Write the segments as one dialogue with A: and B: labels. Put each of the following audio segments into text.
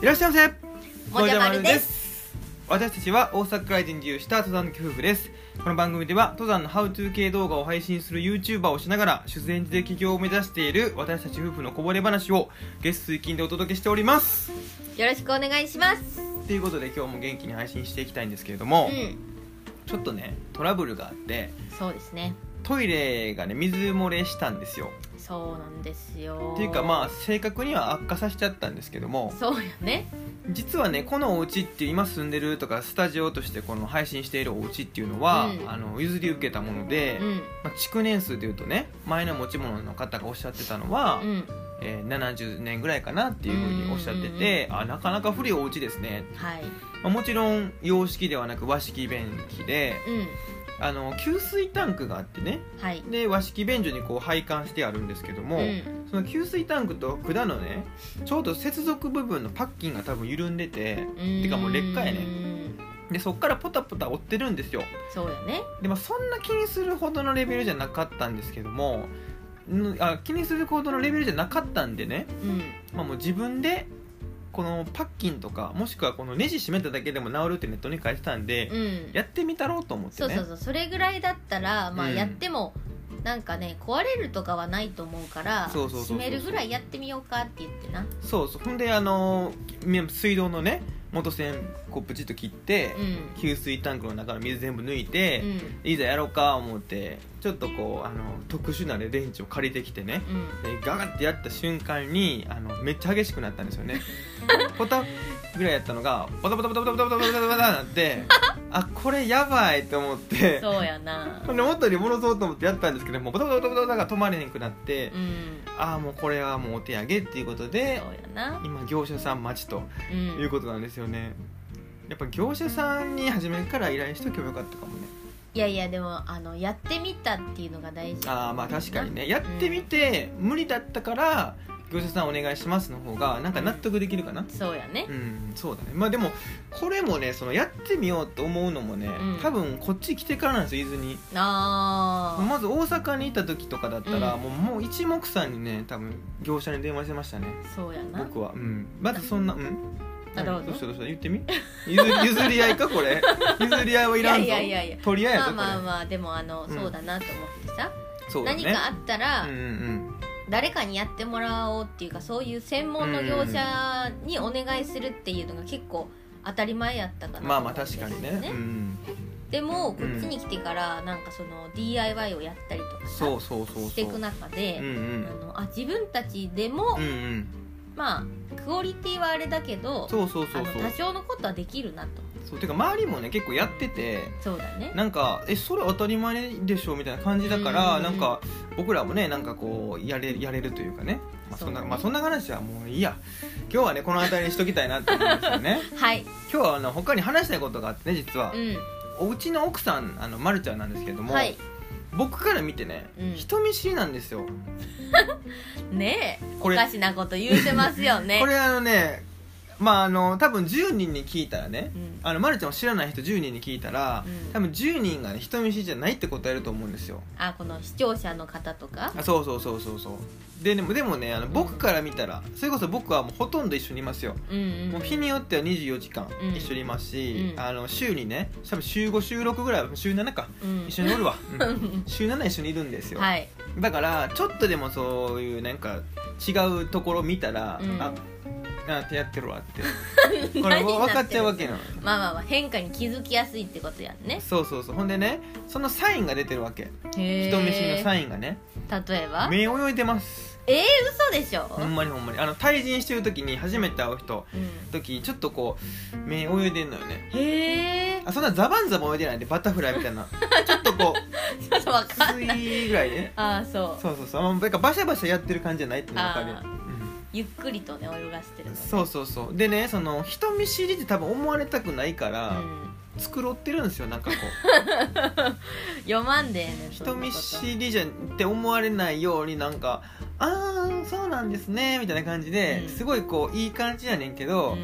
A: いらっしゃいませ
B: もじゃまるです
A: 私たちは大阪から人流した登山夫婦ですこの番組では登山のハウトゥー系動画を配信する YouTuber をしながら修善寺で起業を目指している私たち夫婦のこぼれ話を月水金でお届けしております
B: よろしくお願いします
A: ということで今日も元気に配信していきたいんですけれども、
B: うん
A: ちょっとねトラブルがあって
B: そうですね
A: トイレがね水漏れしたんですよ
B: そうなんですよ
A: っていうかまあ正確には悪化させちゃったんですけども
B: そうよね
A: 実はねこのお家っていう今住んでるとかスタジオとしてこの配信しているお家っていうのは、
B: うん
A: あの譲り受けたもので、
B: うん
A: まあ、築年数でいうとね前の持ち物の方がおっしゃってたのは、
B: うん
A: えー70年ぐらいかなっていうふうにおっしゃってて、あなかなか古いお家ですね、
B: はい
A: まあ、もちろん洋式ではなく和式便器で
B: うん
A: あの給水タンクがあってね
B: はい
A: で和式便所にこう配管してあるんですけども、
B: うん
A: その給水タンクと管のねちょうど接続部分のパッキンが多分緩んでててかもう劣化やね
B: うん
A: でそっからポタポタ折ってるんですよ
B: そうよね
A: でもそんな気にするほどのレベルじゃなかったんですけどもんあ気にするほどのレベルじゃなかったんでね、
B: うん
A: まあ、もう自分でこのパッキンとかもしくはこのネジ締めただけでも治るってネットに書いてたんで、
B: うん
A: やってみたろうと思って
B: そう
A: ね
B: そうそうそれぐらいだったらまあ
A: うん
B: やってもなんかね壊れるとかはないと思うから
A: そうそうそうそ
B: 閉
A: う
B: めるぐらいやってみようかって言ってな
A: そうそうほんであのー水道のね元栓こうプチッと切って、
B: うん
A: 給水タンクの中の水全部抜いて、
B: うん
A: いざやろうか思ってちょっとこうあの特殊なね電池を借りてきてね
B: う
A: で
B: ん
A: ガガってやった瞬間にあのめっちゃ激しくなったんですよねポタぐらいやったのがポタポタポタポタポタポタポタポタなってあこれやばいと思って
B: そうや な
A: ほんで元に戻そうと思ってやったんですけどもうポタポタポタポタポタが止まれへんくなって、
B: うん
A: ああもうこれはもうお手上げっていうこと
B: そう
A: で
B: やな
A: 今業者さん待ちと
B: う
A: いうんことなんですよねやっぱ業者さんに初めから依頼しとけばよかったかもね
B: いやいやでもあのやってみたっていうのが大事
A: あーまあ確かにねやってみて無理だったから業者さんお願いしますの方がなんか納得できるかな
B: そうやね
A: うんそうだねまあでもこれもねそのやってみようと思うのもね、
B: ん
A: 多分こっち来てからなんですよ伊豆に
B: あ
A: まず大阪にいた時とかだったら、
B: うん
A: もうもう一目散にね多分業者に電話してましたね
B: あそうやな
A: 僕はうんまずそんなうん
B: あどうぞ
A: したどうした言ってみ譲り譲り合いかこ れ譲り合いはいらんぞ
B: いやいやいやい
A: 取り合いや
B: ま
A: ぞ
B: あ
A: これ、
B: まあまあでもあの
A: うん
B: そうだなと思ってさ
A: そうだね
B: 何かあったら
A: うんうん
B: 誰かにやってもらおうっていうかそういう専門の業者にお願いするっていうのが結構当たり前やったかな
A: うんまあまあ確かにねうん
B: でもこっちに来てからなんかその DIY をやったりとかさ
A: そうそうそうそう
B: していく中で、
A: うんう
B: あ
A: ん
B: のあ自分たちでも、
A: うんうん
B: まあクオリティはあれだけど
A: そうそうそう
B: あ
A: そ
B: の
A: う
B: 多少のことはできるなと
A: そうてか周りもね結構やってて
B: そうだね
A: なんかえそれ当たり前でしょみたいな感じだから、
B: うん
A: なんか僕らもねなんかこうやれやれるというかね、まあ、そんな
B: そうね
A: まあそんな話はもういいや今日はねこの辺りにしときたいなって思うんですよ ね
B: はい
A: 今日はあの他に話したいことがあってね実は
B: う、ん
A: おうちの奥さんあの、ま、るちゃんなんですけども、
B: はい
A: 僕から見てね、
B: うん
A: 人見知りなんですよ
B: ねえ
A: こ
B: お
A: れ
B: かしなこと言うてますよね
A: これあのねまああの多分10人に聞いたらね
B: うん
A: あの、ま、るちゃんを知らない人10人に聞いたら、
B: うん
A: 多分10人がね人見知りじゃないって答えると思うんですよ
B: あこの視聴者の方とか
A: あそうそうそうそうそうででもでもねあの僕から見たらそれこそ僕はもうほとんど一緒にいますよ
B: うんうん
A: もう日によっては24時間
B: うん
A: 一緒にいますし、
B: うん
A: あの週にね多分週5週6ぐらい週7か
B: うん、
A: 一緒におるわ、うん週7一緒にいるんですよ、
B: はい
A: だからちょっとでもそういうなんか違うところ見たら、
B: うん
A: ああ手やってるわっ てこれ
B: 何に
A: 分
B: なってる
A: かっちゃうわけなの
B: まあまあまあ変化に気づきやすいってことやんね
A: そうそうそうほんでねそのサインが出てるわけ
B: へえ
A: 人見知りのサインがね
B: 例えば
A: 目泳いでます
B: えー、嘘でしょ、
A: ほんまにほんまにあの対人してる時に初めて会う人
B: うん
A: 時ちょっとこう目泳いでんのよね
B: へえ
A: あそんなザバンザバン泳いでないでバタフライみたいな ちょっとこう
B: ちょっと わか
A: 薄
B: んない
A: いぐらいね
B: ああそう
A: そうそうそうあんまなんかバシャバシャやってる感じじゃないっていうの分かるやん
B: あゆっくりとね泳がして
A: う
B: るの
A: ん
B: ね
A: そうそうそうでねその人見知りって多分思われたくないから、
B: うん
A: 繕ってるんですよなんかこ
B: 読まんでええねん
A: う 人
B: そんなこと
A: 見知りじゃんって思われないようになんか「あーそうなんですね」みたいな感じで、
B: うん
A: すごいこういい感じやねんけど、
B: う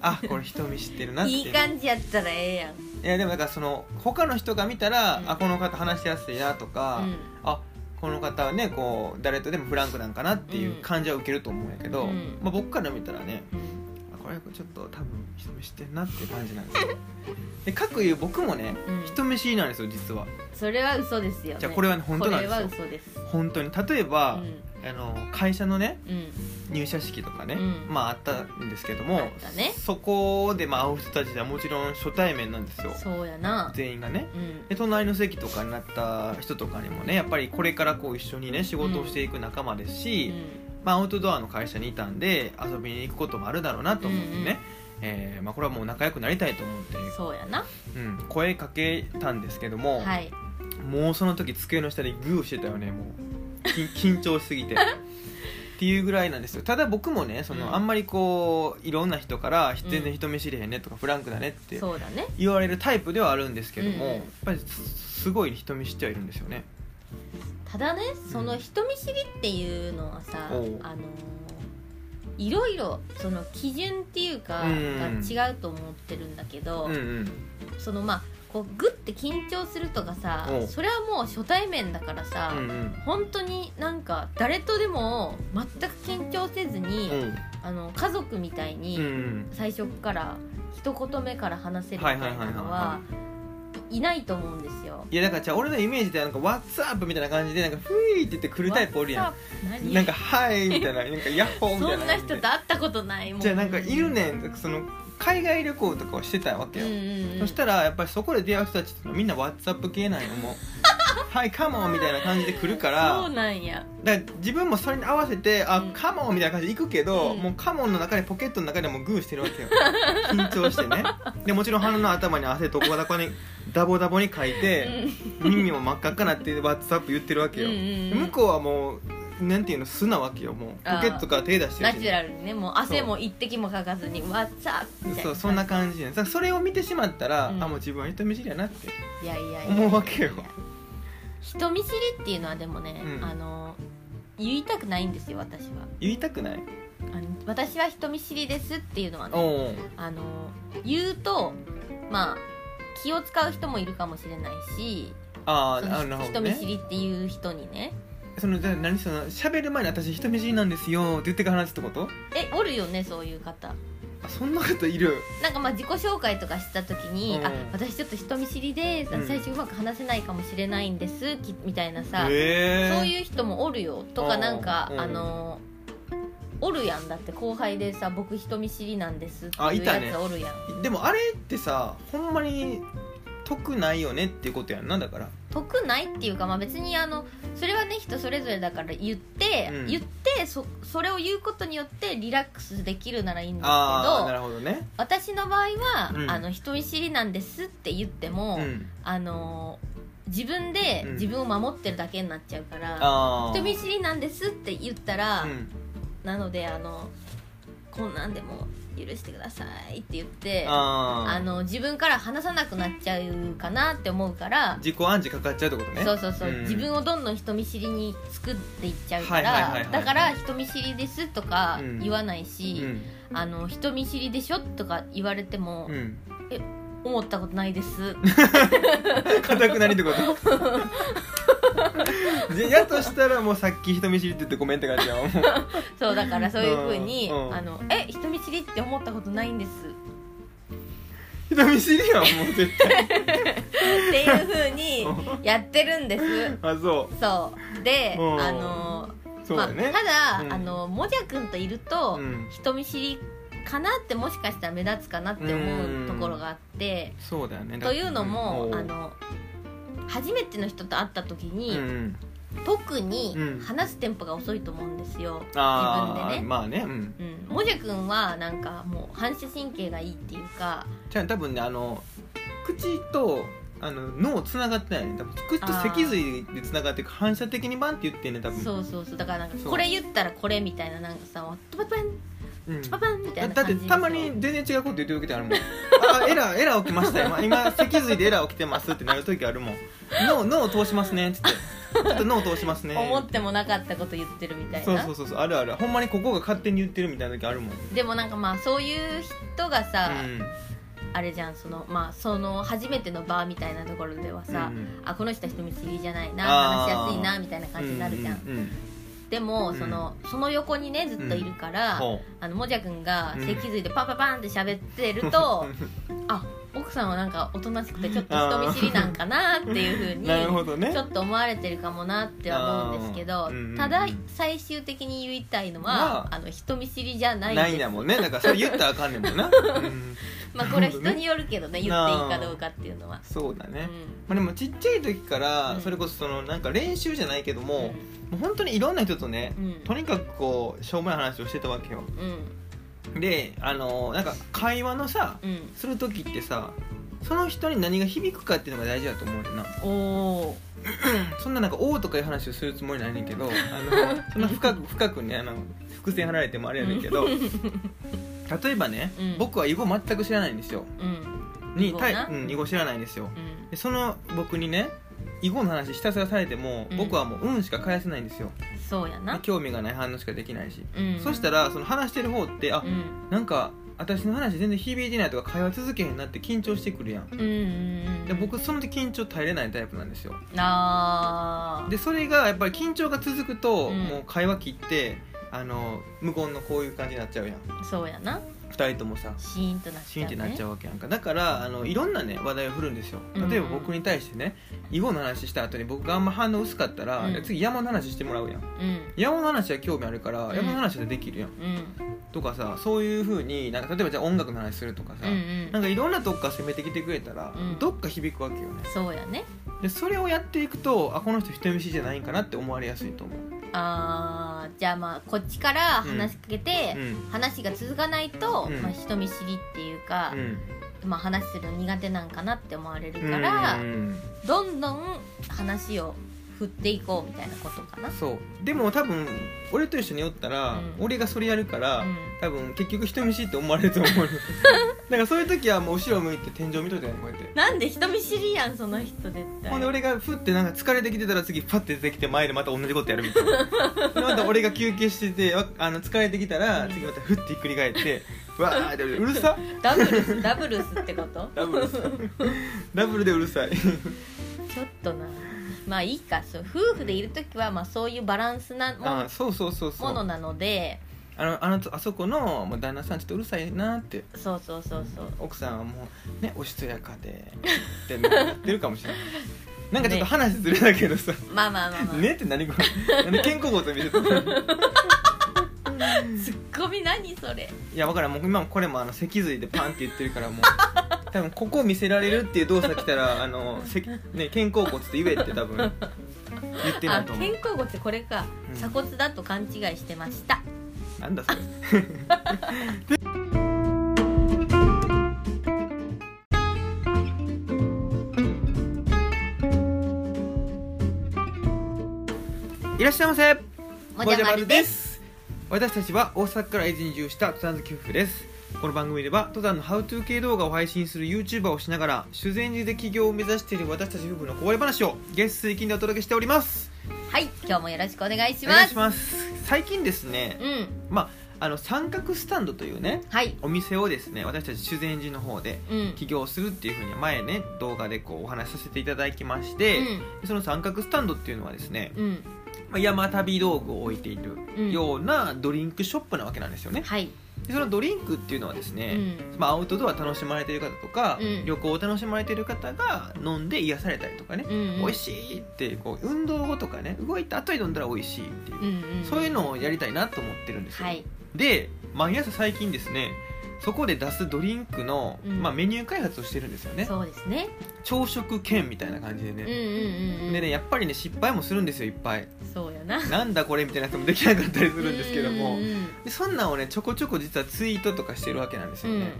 A: あこれ人見知ってるなっ
B: ん
A: て
B: いい感じやったらええやん
A: いやでもだからその他の人が見たら、
B: うん
A: あこの方話しやすいなとか、
B: うん
A: あこの方はねこう誰とでもフランクなんかなっていう
B: うん
A: 感じは受けると思うんやけど、
B: うん
A: まあ、僕から見たらね
B: うん
A: あこれあちょっと多分人見知ってんなっていう感じなんですよでかくいう僕もね
B: うん
A: 人見知りなんですよ実は
B: それは嘘ですよ、ね、
A: じゃあこれはね本当なんですよ
B: これは嘘です
A: 本当に例えば、
B: う
A: あの会社のね
B: んうん
A: 入社式とかね、
B: うん
A: まああったんですけど
B: あ
A: も
B: ったね
A: そこでまあ会う人たちはもちろん初対面なんですよ
B: そうやな
A: 全員がね
B: うん
A: で隣の席とかになった人とかにもねやっぱりこれからこう一緒にね仕事をしていく仲間ですし、まあ、アウトドアの会社にいたんで遊びに行くこともあるだろうなと思ってね、えーまあ、これはもう仲良くなりたいと思って、
B: うんそうやな
A: うん、声かけたんですけども、
B: はい
A: もうその時机の下でグーしてたよねもうき 緊張しすぎてっていうぐらいなんですよただ僕もねその、
B: うん
A: あんまりこういろんな人から
B: うん
A: 全然人見知りへんねとかフランクだねって
B: そうだね
A: 言われるタイプではあるんですけども、
B: うん
A: やっぱりすすごい人見知ってはいるんですよね
B: ただねその人見知りっていうのはさ、
A: おう
B: あのーいろいろその基準っていうか
A: うん
B: が違うと思ってるんだけど、
A: うんうん
B: そのまあこうグッて緊張するとかさ
A: おう
B: それはもう初対面だからさ、
A: うんうん
B: 本当になんか誰とでも全く緊張せずに、
A: うん
B: あの家族みたいに、
A: うんうん
B: 最初から一言目から話せるみたいな
A: は
B: のはいないと思うんですよ。
A: いやだからじゃあ俺のイメージでなんか「WhatsApp」みたいな感じでなんか「ふい」って言って来るタイプおるや
B: わさ
A: ん
B: 何
A: なんか「はい」みたいな「 なんかヤッホー」みた
B: そ
A: いなん
B: な人と会ったことないもん。
A: じゃあなんかいるねんその海外旅行とかをしてたわ
B: う
A: け
B: んう
A: よ、
B: んうん。
A: そしたらやっぱりそこで出会う人たちってのはみんな WhatsApp 系なんよも う「はいカモン」みたいな感じで来るから
B: そうなんや。
A: だから自分もそれに合わせて「あ、
B: うん
A: カモン」みたいな感じで行くけど、
B: うん
A: もうカモンの中でポケットの中でもグーしてるわ けよ緊張してねでもちろん鼻の頭に汗とこだこにダボダボに書いて、耳も真っ赤っかなって WhatsApp 言ってるわけよ、
B: うんうんうん
A: 向こうはもうなんていうの素なわけよもうポケットから手出してる
B: ナ
A: し
B: チュラルにね、もう汗も一滴もかかずに、わっさみたい
A: そ
B: な。
A: うそんな。感じでさそれを見てしまったら、
B: うん
A: あもう自分は人見知りやなって
B: いやいやいやいや。
A: 思うわけよ
B: 人見知りっていうのはでもね、
A: うん
B: あの言いたくないんですよ私は
A: 言いたくない
B: あの私は人見知りですっていうのはね
A: おお
B: あの言うとまあ気を使う人もいるかもしれないし
A: あ
B: そ
A: ーあ
B: の
A: なるほど
B: 人見知
A: ね
B: りっていう人にね
A: そのじゃあ何その喋る前に私人見知りなんですよって言ってから話すってこと
B: えおるよねそういう方
A: あそんなこといる
B: なんかまあ自己紹介とかした時に「
A: うん
B: あ私ちょっと人見知りです
A: うん
B: 最初うまく話せないかもしれないんです」きみたいなさ、
A: え
B: そう
A: う
B: いう人もおるよとかなんか
A: うん
B: あのおるやんだって後輩でさ「僕人見知りなんです」って
A: あ
B: い
A: いうたね
B: やつおるやん、
A: でもあれってさほんまに得ないよねっていうことやんなだから
B: 得ないっていうか、まあ、別にあのそれはね人それぞれだから言って、
A: うん
B: 言ってそそれを言うことによってリラックスできるならいいんですけ
A: ああな
B: ど
A: るほどね
B: 私の場合は、
A: うん
B: あの人見知りなんですって言っても、
A: うん
B: あの自分で
A: うん
B: 自分を守ってるだけになっちゃうから、
A: ああ
B: 人見知りなんですって言ったら、
A: うん
B: なのであのこんなんでも許してくださいって言ってあ
A: ああ
B: の自分から話さなくなっちゃうかなって思うから
A: 自己暗示かかっちゃうってことね
B: そうそうそう、
A: ん
B: 自分をどんどん人見知りに作っていっちゃうから、
A: はいはいはいはい
B: だから人見知りですとか
A: うん
B: 言わないうし、
A: ん
B: あの人見知りでしょとか言われても、
A: うん
B: 思ったことないです
A: 硬くなりってことじゃやとしたらもうさっき人見知りって言ってごめんって感じやんもう
B: そうだからそういうふうに、
A: うんうん
B: あのえ人見知りって思ったことないんです
A: 人見知りやんもう絶対
B: っていうふうに
A: う
B: やってるんです
A: あそ
B: そうで
A: うん
B: あの
A: うそうだね、
B: まあ、ただ、
A: うん
B: あのもじゃくんといると、
A: うん
B: 人見知りかなってもしかしたら目立つかなって思うところがあって、
A: そうだよね
B: というのも、
A: うん
B: あの初めての人と会った時
A: うん
B: に、
A: うん
B: 特に
A: うん
B: 話すテンポが遅いと思うんですよ、
A: あ
B: 自分
A: ー
B: でね、
A: まあね、うん、
B: うん、もじゃくんはなんかもう反射神経がいいっていうか
A: じゃあ多分ねあの口とあの脳つながってないね多分口と脊髄でつながって反射的にバンって言ってんね多分、
B: そううそうそうだからなんか
A: そう
B: これ言ったらこれみたいななんかさパパパン
A: うん、
B: パパンみたいな
A: だって
B: 感じでしょ
A: たまに全然違うこと言ってる時ってあるもんあエラーエラー起きました今今脊髄でエラー起きてますってなる時あるもん脳脳通しますねっつってちょっと脳通しますね
B: 思ってもなかったこと言ってるみたいな
A: そうそうそうそうあるあるほんまにここが勝手に言ってるみたいな時あるもん
B: でもなんかまあそういう人がさ、
A: うん
B: あれじゃんそのまあその初めての場みたいなところではさ、
A: うん
B: あこの人は人見知りじゃないな
A: あー
B: 話しやすいなみたいな感じになるじゃ
A: う
B: ん、
A: んうんうん
B: でも、
A: うん
B: そのその横にねずっといるから、
A: ほ
B: あのもじゃくんが
A: うん
B: 脊髄でパンパンパンって喋ってる と、あ奥さんはなんかおとなしくてちょっと人見知りなんかなっていうふう
A: う
B: に
A: なるほどね
B: ちょっと思われてるかもなっては思うんですけど、
A: あーうんうんうん
B: ただ最終的に言いたいの
A: ま
B: は、あ、の人見知りじゃない
A: ないん
B: です
A: だもんねだからそれ言ったらあかんねんもんな、うん
B: まあこれは人によるけどね言っていいかどうかっていうのは。
A: そうだ
B: う
A: ね、
B: ん
A: まあ、でもちっちゃい時か
B: う
A: ら
B: ん
A: それこそそのなんか練習じゃないけども,、もう本当にいろんな人とね
B: う、ん
A: とにかくこうしょうもない話をしてたわけよ
B: うん
A: であのなんか会話のさ
B: うん
A: する時ってさその人に何が響くかっていうのが大事だと思うよな
B: おー
A: そんななんか「おー」とかいう話をするつもりないねんけどあのそんな深 く深くねあの伏線張られてもあれやねんけど例えばね、
B: うん
A: 僕は囲碁全く知らないんですよ
B: うん囲
A: に
B: 碁な
A: 対うん囲碁知らないんですよ
B: うん
A: でその僕にね囲碁の話ひたすらされても、
B: うん
A: 僕はもう「うん」しか返せないんですよ
B: そうやな
A: で興味がない反応しかできないし、
B: うん
A: そしたらその話してる方ってあ、
B: うん
A: なんか私の話全然響いてないとか会話続けへんなって緊張してくるやん
B: うんうんうん
A: で僕その時緊張耐えれないタイプなんですよ
B: あー
A: でそれがやっぱり緊張が続くと、
B: うん
A: もう会話切ってあの無言のこういう感じになっちゃうやん
B: そうやな
A: 二人ともさ
B: シーンとなっ
A: シー
B: ち
A: ン
B: ゃ
A: っ
B: う
A: て
B: ね
A: なっちゃうわけやんかだからあのいろんなね話題を振るんですよ
B: うん
A: 例えば僕に対してね囲碁の話した後に僕があんま反応薄かったら、
B: うん
A: 次山の話してもらうやん
B: うん
A: 山の話は興味あるから、
B: うん
A: 山の話はできるやん
B: うん
A: とかさそういうふうになんか例えばじゃあ音楽の話するとかさ、
B: うんうん
A: なんかいろんなとこから攻めてきてくれたら、
B: うん
A: どっか響くわけよね
B: そうやね
A: でそれをやっていくとあこの人人見知りじゃないんかなって思われやすいと思う、
B: あーじゃあまあこっちから話しかけ
A: う
B: て、
A: ん
B: 話が続かないと、
A: うん
B: まあ、人見知りっていうか
A: う、ん、
B: まあ、話するの苦手なんかなって思われるから、
A: うん
B: どんどん話を振っていこうみたいなことかな。
A: そうでも多分俺と一緒におったら、
B: うん
A: 俺がそれやるから、
B: うん
A: 多分結局人見知りって思われると思う よだからそういう時はもう後ろ向いて天井見といてねこうやって
B: なんで人見知りやんその人絶対
A: ほんで俺がふってなんか疲れてきてたら次パッて出てきて前でまた同じことやるみたいなでまた俺が休憩しててわあの疲れてきたら次またふってひっくり返 ってわーってうるさ
B: ダブルスダブルスってこと
A: ダブル ダブルでうる さい
B: ちょっとなまあいいかそう夫婦でいる時はまあそういうバランスなも
A: あそうそうそうそ
B: もの
A: う
B: なので
A: あのあのあそこのもう旦那さんちょっとうるさいなって
B: そうそうそうそう
A: 奥さんはもうねおしとやかでってなってるかもしれ ないなんかちょっと話ずれだけどさ「
B: まあまあまあまあ、
A: ね」って何これなんで肩甲骨見せてる
B: ツッコミ何それ
A: いや分からんもう今もこれもあの脊髄でパンって言ってるからもう多分ここ見せられるっていう動作来たらあのせ、ね、肩甲骨って言えって多分言ってな
B: あ
A: いと思
B: 肩
A: う
B: 甲骨これか、
A: うん
B: 鎖骨だと勘違いしてました
A: なんだそれいらっしゃいませ
B: もじゃまるです
A: す私たちは大阪から移住した登山好き夫婦ですこの番組では登山のハウトゥー系動画を配信する YouTuber をしながら修善寺で起業を目指している私たち夫婦のこぼれ話を月水金でお届けしております
B: はい今日もよろしくお願いし
A: お
B: ま
A: 願い
B: す
A: します最近ですね
B: うん
A: まああの三角スタンドというね
B: はい
A: お店をですね私たち修善寺の方で
B: うん
A: 起業するっていうふうに前ね動画でこうお話しさせていただきまして、その三角スタンドっていうのはですね、
B: うんうん
A: まあ、山旅道具を置いている
B: うん
A: ようなドリンクショップなわけなんですよね、
B: はい
A: でそのドリンクっていうのはです
B: う
A: ね、
B: ん
A: まあ、アウトドア楽しまれてる方とか、
B: うん
A: 旅行を楽しまれてる方が飲んで癒されたりとかね、
B: うん
A: 美味しいってこう運動後とかね動いた後に飲んだら美味しいっていうう、
B: んうん
A: そういうのをやりたいなと思ってるんですよ、
B: はい
A: で毎朝最近ですねそこで出すドリンクの、
B: うん
A: まあ、メニュー開発をしてるんですよね
B: そうですね
A: 朝食券みたいな感じで
B: うんうん
A: ね、
B: うんうん
A: でねやっぱりね失敗もするんですよいっぱい
B: そうやな
A: なんだこれみたいなこともできなかったりするんですけども、
B: うんうん
A: でそんなんをねちょこちょこ実はツイートとかしてるわけなんです
B: う
A: よね、
B: ん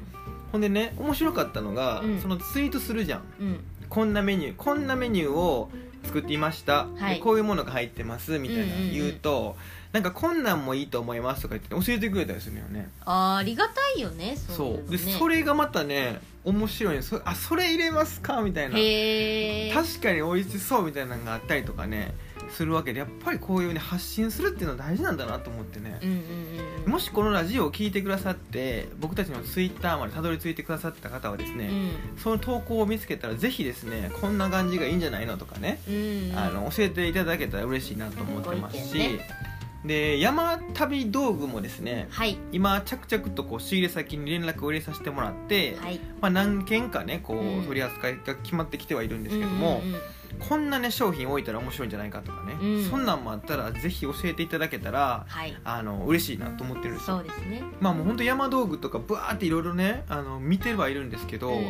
A: ほんでね面白かったのが、
B: うん
A: そのツイートするじゃん
B: うん
A: こんなメニューこんなメニューを作っていました、
B: はい
A: でこういうものが入ってますみたいな
B: うんうんうん
A: 言うと、なんかこんなんもいいと思いますとか言って教えてくれたりするよね
B: あーありがたいよね
A: そう
B: そういうの
A: で
B: ね
A: それがまたね面白いねそあそれ入れますかみたいな
B: へえ
A: 確かに美味しそうみたいなのがあったりとかねするわけでやっぱりこういうね発信するっていうのは大事なんだなと思ってね
B: うんうんうん
A: もしこのラジオを聞いてくださって僕たちのツイッターまでたどり着いてくださった方はです
B: う
A: ね、
B: ん
A: その投稿を見つけたらぜひですねこんな感じがいいんじゃないのとかね、
B: うんうん
A: あの教えていただけたら嬉しいなと思ってますし、
B: ご意見ね
A: で山旅道具もですね
B: はい
A: 今着々とこう仕入れ先に連絡を入れさせてもらって、
B: はい
A: まあ、何件かねこう、
B: うん
A: 取り扱いが決まってきてはいるんですけども、
B: うんうんうん
A: こんなね商品置いたら面白いんじゃないかとかね、
B: うん
A: そんなんもあったらぜひ教えていただけたら
B: はい
A: あの嬉しいなと思ってるんです
B: そ
A: よ
B: うですね
A: まあもう本当山道具とかブワーっていろいろねあの見てはいるんですけど、
B: う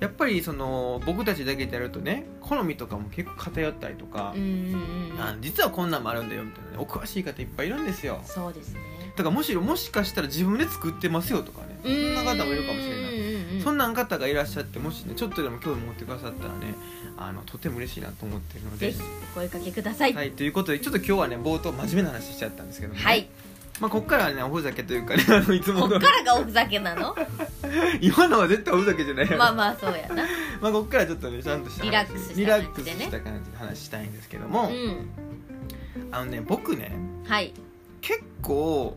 A: やっぱりその僕たちだけでやるとね好みとかも結構偏ったりとか、
B: んうんうんうん
A: あ実はこんなんもあるんだよみたいなねお詳しい方いっぱいいるんですよ
B: そうですね
A: だからむしろもしかしたら自分で作ってますよとかねそんな方もいるかもしれない
B: い
A: そんなん方がいらっしゃってもしねちょっとでも興味持ってくださったらねあのとても嬉しいなと思ってるので
B: ぜひお声かけください
A: は、
B: はい
A: ということでちょっと今日はね冒頭真面目な話しちゃったんですけどもね、
B: い
A: まあ、こっからはねおふざけというかねあのいつ
B: こ
A: も
B: っ
A: の
B: からがおふざけ なの
A: 今のは絶対おふざけじゃないよ
B: まあまあそうやな
A: まあこっからちょっとねちゃんとした話
B: リラックスした感じでね
A: リラックスした感じで話したいんですけども、
B: うん
A: あのね僕ね
B: はい
A: 結構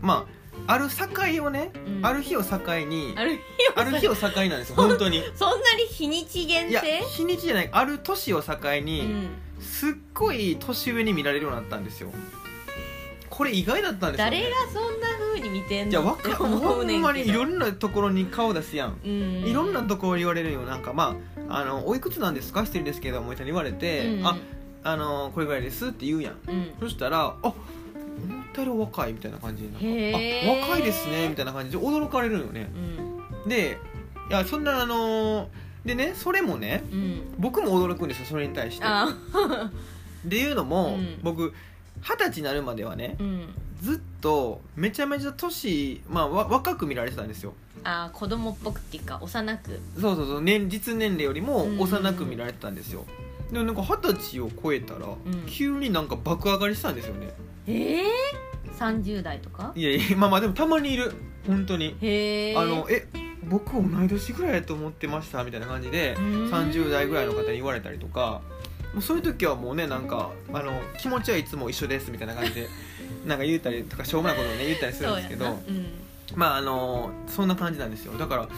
A: まあある境をね、
B: うん
A: ある日を境に
B: ある
A: ある日を境なんですよ本当に
B: そんなに日にち限
A: いや
B: 定
A: 日にちじゃないある年を境
B: う
A: に、
B: ん
A: すっごい年上に見られるようになったんですよこれ意外だったんですよ、ね、
B: 誰がそんな風に見てん
A: いや
B: の
A: わ
B: って
A: か
B: 思
A: ほ
B: うんねん
A: ま
B: け
A: にいろ
B: ど
A: んなところに顔出すやん
B: うん
A: いろんなところに言われるよなんかまああの「おいくつなんですか?」してるんですけどもみたいに言われて「
B: うん
A: ああのこれぐらいです」って言うやん
B: うん
A: そしたら「あ思ったより若い」みたいな感じにな
B: へ
A: ん
B: ー
A: かあ若いですね」みたいな感じで驚かれるのよね
B: うん
A: でいやそんなあのでねそれもね
B: うん
A: 僕も驚くんですよそれに対してっ
B: あ
A: ていうのも、
B: うん
A: 僕二十歳になるまではね
B: うん
A: ずっとめちゃめちゃ年、まあ、わ若く見られてたんですよ
B: あー子供っぽくっていうか幼く
A: そうそうそう年実年齢よりも
B: うん
A: 幼く見られてたんですよ、でもなんか二十歳を超えたら、
B: ん
A: 急になんか爆上がりしたんですよね
B: ええ30代とか
A: いやいやまあまあでもたまにいる本当に、
B: へえ
A: あのえ僕同い年ぐらいやと思ってましたみたいな感じで、
B: うん
A: 30代ぐらいの方に言われたりとかもうそういう時はもうねなんかあの気持ちはいつも一緒ですみたいな感じで なんか言ったりとかしょうもないことをね言ったりするんですけど
B: そうやなうん
A: まああのそんな感じなんですよだから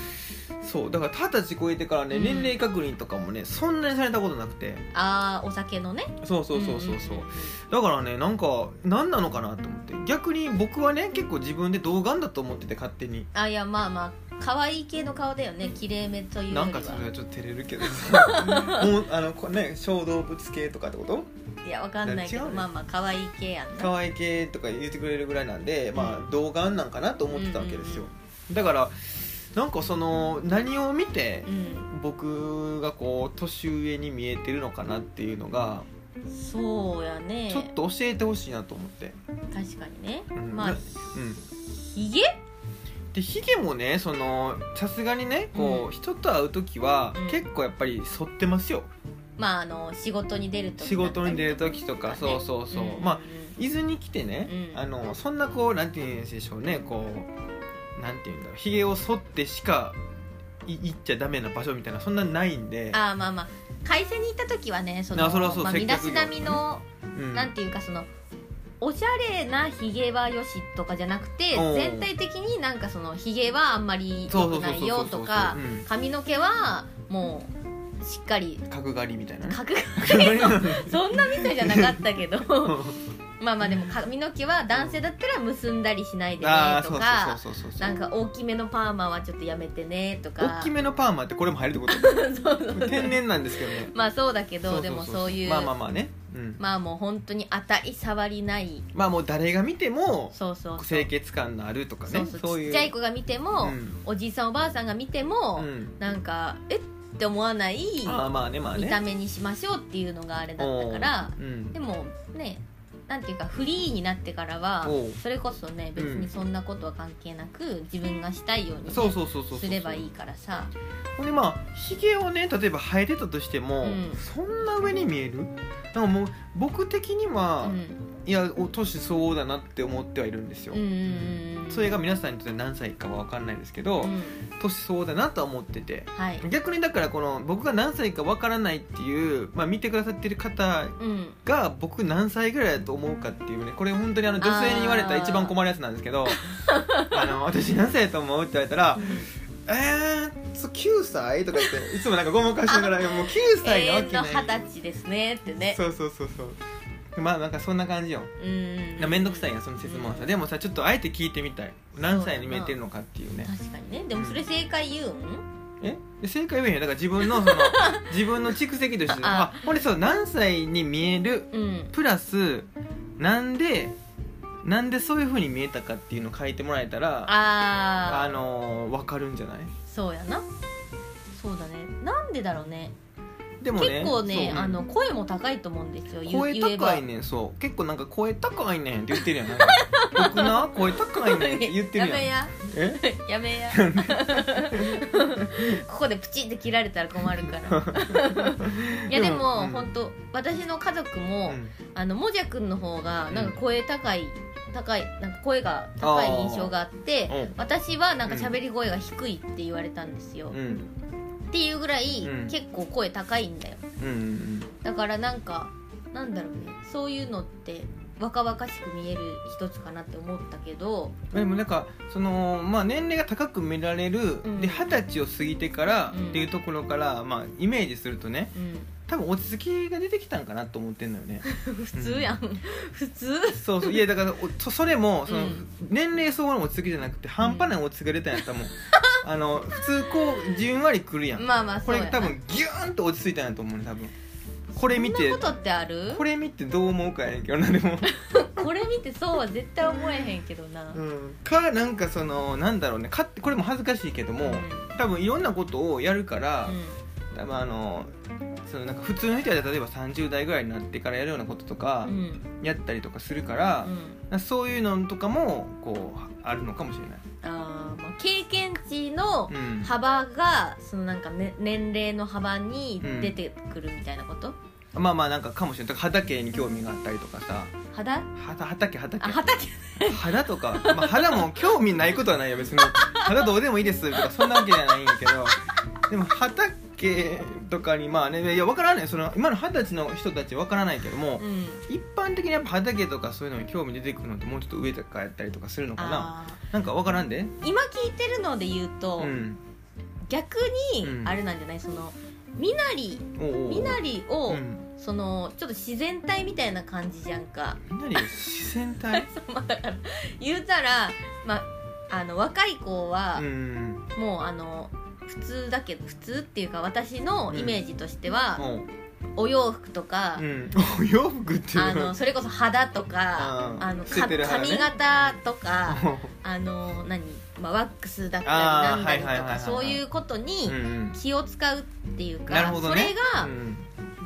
A: そうだから二十歳超えてからね
B: うん
A: 年齢確認とかもね、そんなにされたことなくて
B: あーお酒のね
A: そうそうそうそうそう、
B: んんん
A: だからねなんか何なのかなと思って逆に僕はね結構自分で童顔だと思ってて勝手に
B: あいやまあまあ可愛い系の顔だよね綺麗めというより
A: な
B: は
A: んかそれはちょっと照れるけどさもうあのこれね小動物系とかってこと
B: いやわかんないけ
A: 違
B: ど
A: うね
B: まあまあ可愛い系やんな
A: 可愛い系とか言ってくれるぐらいなんで、ま
B: う
A: あ童顔なんかなと思ってたわけですよ、だからなんかその何を見て
B: うん
A: 僕がこう年上に見えてるのかなっていうのが
B: そうやね
A: ちょっと教えてほしいなと思って、
B: 確かにね、
A: うん
B: まあ
A: なうん、
B: ひげ
A: でヒゲもねそのさすがにねこう、
B: うん
A: 人と会う時は、
B: うん
A: 結構やっぱり剃ってますよ
B: まああの仕事に出ると
A: 仕事に出る時とか、
B: ね
A: そうそうそう、まあ伊豆に来てね、
B: うん
A: あのそんなこうなんて言うんでしょうねこうなんて言うんだろうヒゲを剃ってしかい行っちゃダメな場所みたいなそんなないんで、
B: ああーまあまあ会社に行った時はねそ
A: あ
B: の
A: それはそう
B: まあ
A: 接
B: 身
A: 客業
B: だ
A: とかね
B: しなみの、
A: うん
B: なんていうかそのおしゃれなひげはよしとかじゃなくて
A: おう
B: 全体的になんかそのひげはあんまり
A: そ
B: 良
A: うそ
B: く
A: うそう
B: な
A: そう
B: いよとか
A: うん
B: 髪の毛はもうしっかり
A: 角刈りみたいなね
B: 角刈り の そんなみたいじゃなかったけど まあまあでも髪の毛は男性だったら結んだりしないでね
A: ああ
B: と
A: そう
B: か
A: そうそうそうそう
B: なんか大きめのパーマはちょっとやめてねとか
A: 大きめのパーマってこれも入るってこ
B: そうそうそ
A: と
B: う
A: 天然なんですけどね
B: まあそうだけどでもそういう
A: まあまあまあね、うん、
B: まあもう本当に当たり障りない
A: まあもう誰が見ても
B: そうそうそう
A: 清潔感のあるとか
B: そ
A: ね
B: う
A: そう
B: そう
A: い
B: ち
A: う
B: っちゃい子が見ても、
A: うん
B: おじいさんおばあさんが見ても、
A: うん
B: なんかえって思わない
A: ああまあねまあね
B: 見た目にしましょうっていうのがあれだったから
A: おーうん
B: でもねなんていうかフリーになってからは
A: おう
B: それこそね別にそんなことは関係なく、自分がしたいようにね、
A: そうそうそうそうそう
B: すればいいからさ
A: ほんでまあひげをね例えば生えてたとしても、
B: うん
A: そんな上に見えるなんかもう僕的には、
B: うん
A: いやお年相応だなって思ってはいるんですよ、
B: うんうんうん
A: それが皆さんにとって何歳かは分かんないですけど、
B: うん
A: 年相応だなとは思ってて
B: はい
A: 逆にだからこの僕が何歳か分からないっていう、まあ、見てくださってる方
B: うん
A: が僕何歳ぐらいだと思うかっていうねこれ本当にあの女性に言われたら一番困るやつなんですけ どあの私何歳だと思うって言われたら「えー、そう9歳?」とか言っていつもなんかごまかしながら「いやもう9歳な
B: 永
A: わ
B: 遠
A: けな
B: の
A: い」
B: 二十歳ですねってね
A: そうそうそうそうまあなんかそんな感じよ
B: うん
A: 面倒くさいやんその質問はさでもさちょっとあえて聞いてみたい何歳に見えてるのかっていうね
B: 確かにねでもそれ正解言うん、
A: えで正解は言えへんよだから自分のその自分の蓄積として
B: あ
A: あこれそう何歳に見える
B: うん
A: プラスなんでなんでそういうふうに見えたかっていうのを書いてもらえたら
B: あ
A: あ
B: あ
A: のー、分かるんじゃない
B: そうやなそうだねなんでだろうね
A: でもね
B: 結構ね
A: そう
B: あの声も高いと思うんですよ言
A: 声
B: 言えば
A: 高いねんそう結構なんか声高いねんって言ってるやんなんか僕な声高いねんって言ってるやん
B: や
A: え
B: めや やめ やここでプチって切られたら困るから いやでも、
A: うん
B: 本当私の家族も、
A: うん
B: あのもじゃくんの方がなんか声高い、高いなんか声が高い印象があって
A: うん
B: 私はなんか喋り声が低いって言われたんですよ、
A: うん
B: っていうぐらい、
A: うん
B: 結構声高いんだよ
A: うんうん
B: だからなんかなんだろうねそういうのって若々しく見える一つかなって思ったけど
A: うんでもなんかその、まあ、年齢が高く見られる、
B: うん
A: で二十歳を過ぎてから
B: うん
A: っていうところから、まあ、イメージするとね
B: うん
A: 多分落ち着きが出てきたんかなと思ってんのよね
B: 普通やん、普通
A: そうそういやだからおそそれもその、
B: うん
A: 年齢相応の落ち着きじゃなくて半端ない落ち着きが出たんやったら もうあの普通こうじんわりくるやん
B: まあまあ
A: こ
B: そう
A: れ
B: やな
A: 多分ギューンと落ち着いたんやと思うね多分これ見て
B: そんなことってある
A: これ見てどう思うかやねんけどなでも、
B: これ見てそうは絶対思えへんけどな、
A: うん、かなんかそのなんだろうねかこれも恥ずかしいけども、
B: うん
A: 多分いろんなことをやるから、
B: うん
A: 多分あのそのなんか普通の人は例えば30代ぐらいになってからやるようなこととか
B: うん
A: やったりとかするから
B: う、ん
A: なんかそういうのとかもこうはあるのかもしれない。
B: あーまあ、経験値
A: う
B: の
A: ん
B: 幅がそのなんか、ね、年齢の幅に出てくるみたいなこと、
A: まあまあなんかかもしれないだから畑に興味があったりとかさ
B: 肌
A: 肌畑
B: あ
A: 畑
B: 畑
A: 肌とか、まあ、肌も興味ないことはないよ別に肌どうでもいいですとかそんなわけじゃないんやけどでも畑とかにまあねいや分からないその今の二十歳の人たち分からないけども
B: うん
A: 一般的にやっぱ畑とかそういうのに興味出てくるのってもうちょっと上とかやったりとかするのかな
B: あー
A: なんか分からんで
B: 今聞いてるので言うと、
A: うん
B: 逆に
A: うん
B: あれなんじゃないその身なり
A: おうおう
B: 身なりを、
A: うん
B: そのちょっと自然体みたいな感じじゃんか
A: みなり自然体
B: まあだから言うたら、まあ、あの若い子は
A: う、ん
B: もうあの普通だけど普通っていうか私のイメージとしては、
A: おう
B: お洋服とか、
A: うん お洋服ってい
B: あ
A: う
B: のそれこそ肌とか
A: あー
B: あの
A: 捨て
B: か
A: てる肌ね
B: 髪型とか。
A: おう
B: あの何、まあ、ワックスだった
A: あー
B: りなんだりと
A: はいはいはいはいは
B: か
A: い
B: そういうことに
A: うんうん
B: 気を使うっていうか、
A: なるほど
B: それ
A: ね
B: が
A: うん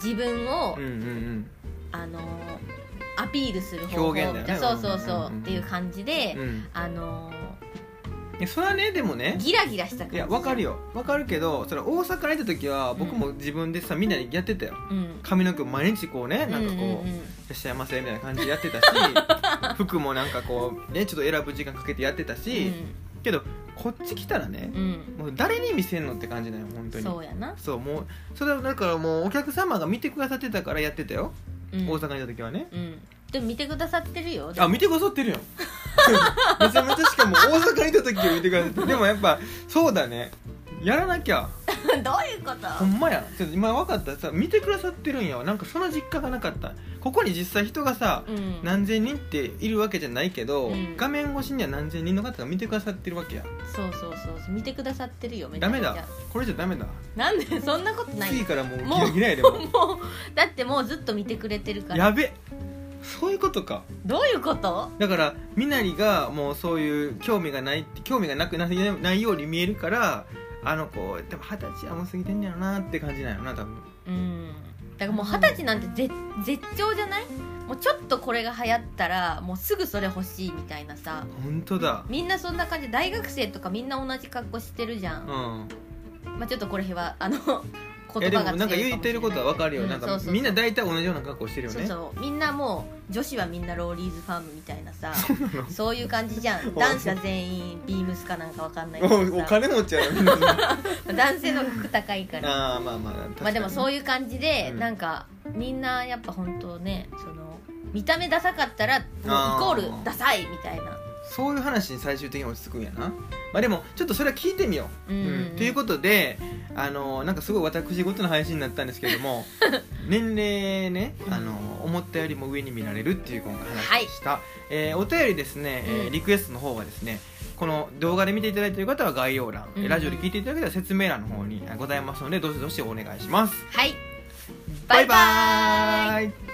B: 自分を、
A: うんうん
B: あのアピールする方法みたい
A: 表現だ
B: な
A: よ
B: そう
A: ね
B: そう
A: うん
B: そううん
A: うん
B: っていう感じで、
A: うんうん
B: あの
A: いやそれはねでもね
B: ギラギラした感
A: い
B: じ
A: やわかるよわかるけどそれ大阪にいた時は僕も自分でさみんなでやってたよ
B: うん
A: 髪の毛も毎日こうねなんかこう
B: うんうんうん
A: 「いらっしゃいませ」みたいな感じでやって たし服もなんかこうねちょっと選ぶ時間かけてやってたし、けどこっち来たらね
B: うんうん
A: もう誰に見せんのって感じだよ本当に
B: そうやな、
A: そうもうそれはだからもうお客様が見てくださってたからやってたよ、
B: うん
A: 大阪にいた時はね
B: うん、でも見てくださってるよ
A: あ 見てくださってるやん めちゃめちゃしかも大阪にいた時は見てくださってでもやっぱそうだねやらなきゃ
B: どういうこと
A: ほんまやちょっと今分かったさ見てくださってるんやわなんかその実家がなかったここに実際人がさ、
B: うん
A: 何千人っているわけじゃないけど、
B: うん
A: 画面越しには何千人の方が見てくださってるわけや
B: そうそうそうそう見てくださってるよめちゃ
A: ダ
B: め
A: メ
B: ちゃ
A: だこれじゃダメだ
B: なんでそんなことない
A: 次からもうギ
B: もう
A: ラギラやで も
B: もうだってもうずっと見てくれてるから
A: やべそういうことか
B: どういうこと
A: だからみなりがもうそういう興味がないって興味がなくなないように見えるからあの子多分二十歳はもう過ぎてんねやろなって感じなんやろな多分
B: うんだからもう二十歳なんて絶絶頂じゃないもうちょっとこれが流行ったらもうすぐそれ欲しいみたいなさ
A: 本当だ
B: みんなそんな感じで大学生とかみんな同じ格好してるじゃ、
A: うんん
B: まあ、ちょっとこれはあの 言
A: いや
B: 葉
A: で
B: が
A: もなんか
B: 強い
A: 言ってることはわかるよ、
B: う
A: なん
B: そう
A: か
B: そう
A: みんな大体同じような格好してるよ
B: そう
A: ね
B: そうみんなもう女子はみんなローリーズファームみたいなさそういう感じじゃん
A: お
B: 男子は全員ビームスかなんかわかんないけど
A: おお
B: さ
A: 金持ちやなみん な
B: 男性の方が服高いから
A: ああまあまあ確かに
B: まあでもそういう感じで、
A: うん
B: なんかみんなやっぱ本当ねその見た目ダサかったらもうイ
A: あー
B: コールダサいみたいな
A: そういう話に最終的に落ち着くんやな、まあ、でもちょっとそれは聞いてみよう。
B: う
A: うんんということであのなんかすごい私事の配信になったんですけれども年齢ねあの思ったよりも上に見られるっていう今回
B: は
A: 話
B: い
A: でした、えーお便りですね、えー
B: うん
A: リクエストの方はですねこの動画で見ていただいている方は概要欄、
B: うん
A: ラジオで聞いていただけたら説明欄の方にございますのでどしどしお願いします
B: はい
A: バ
B: バ
A: イ
B: イ
A: バ
B: バ
A: ーイ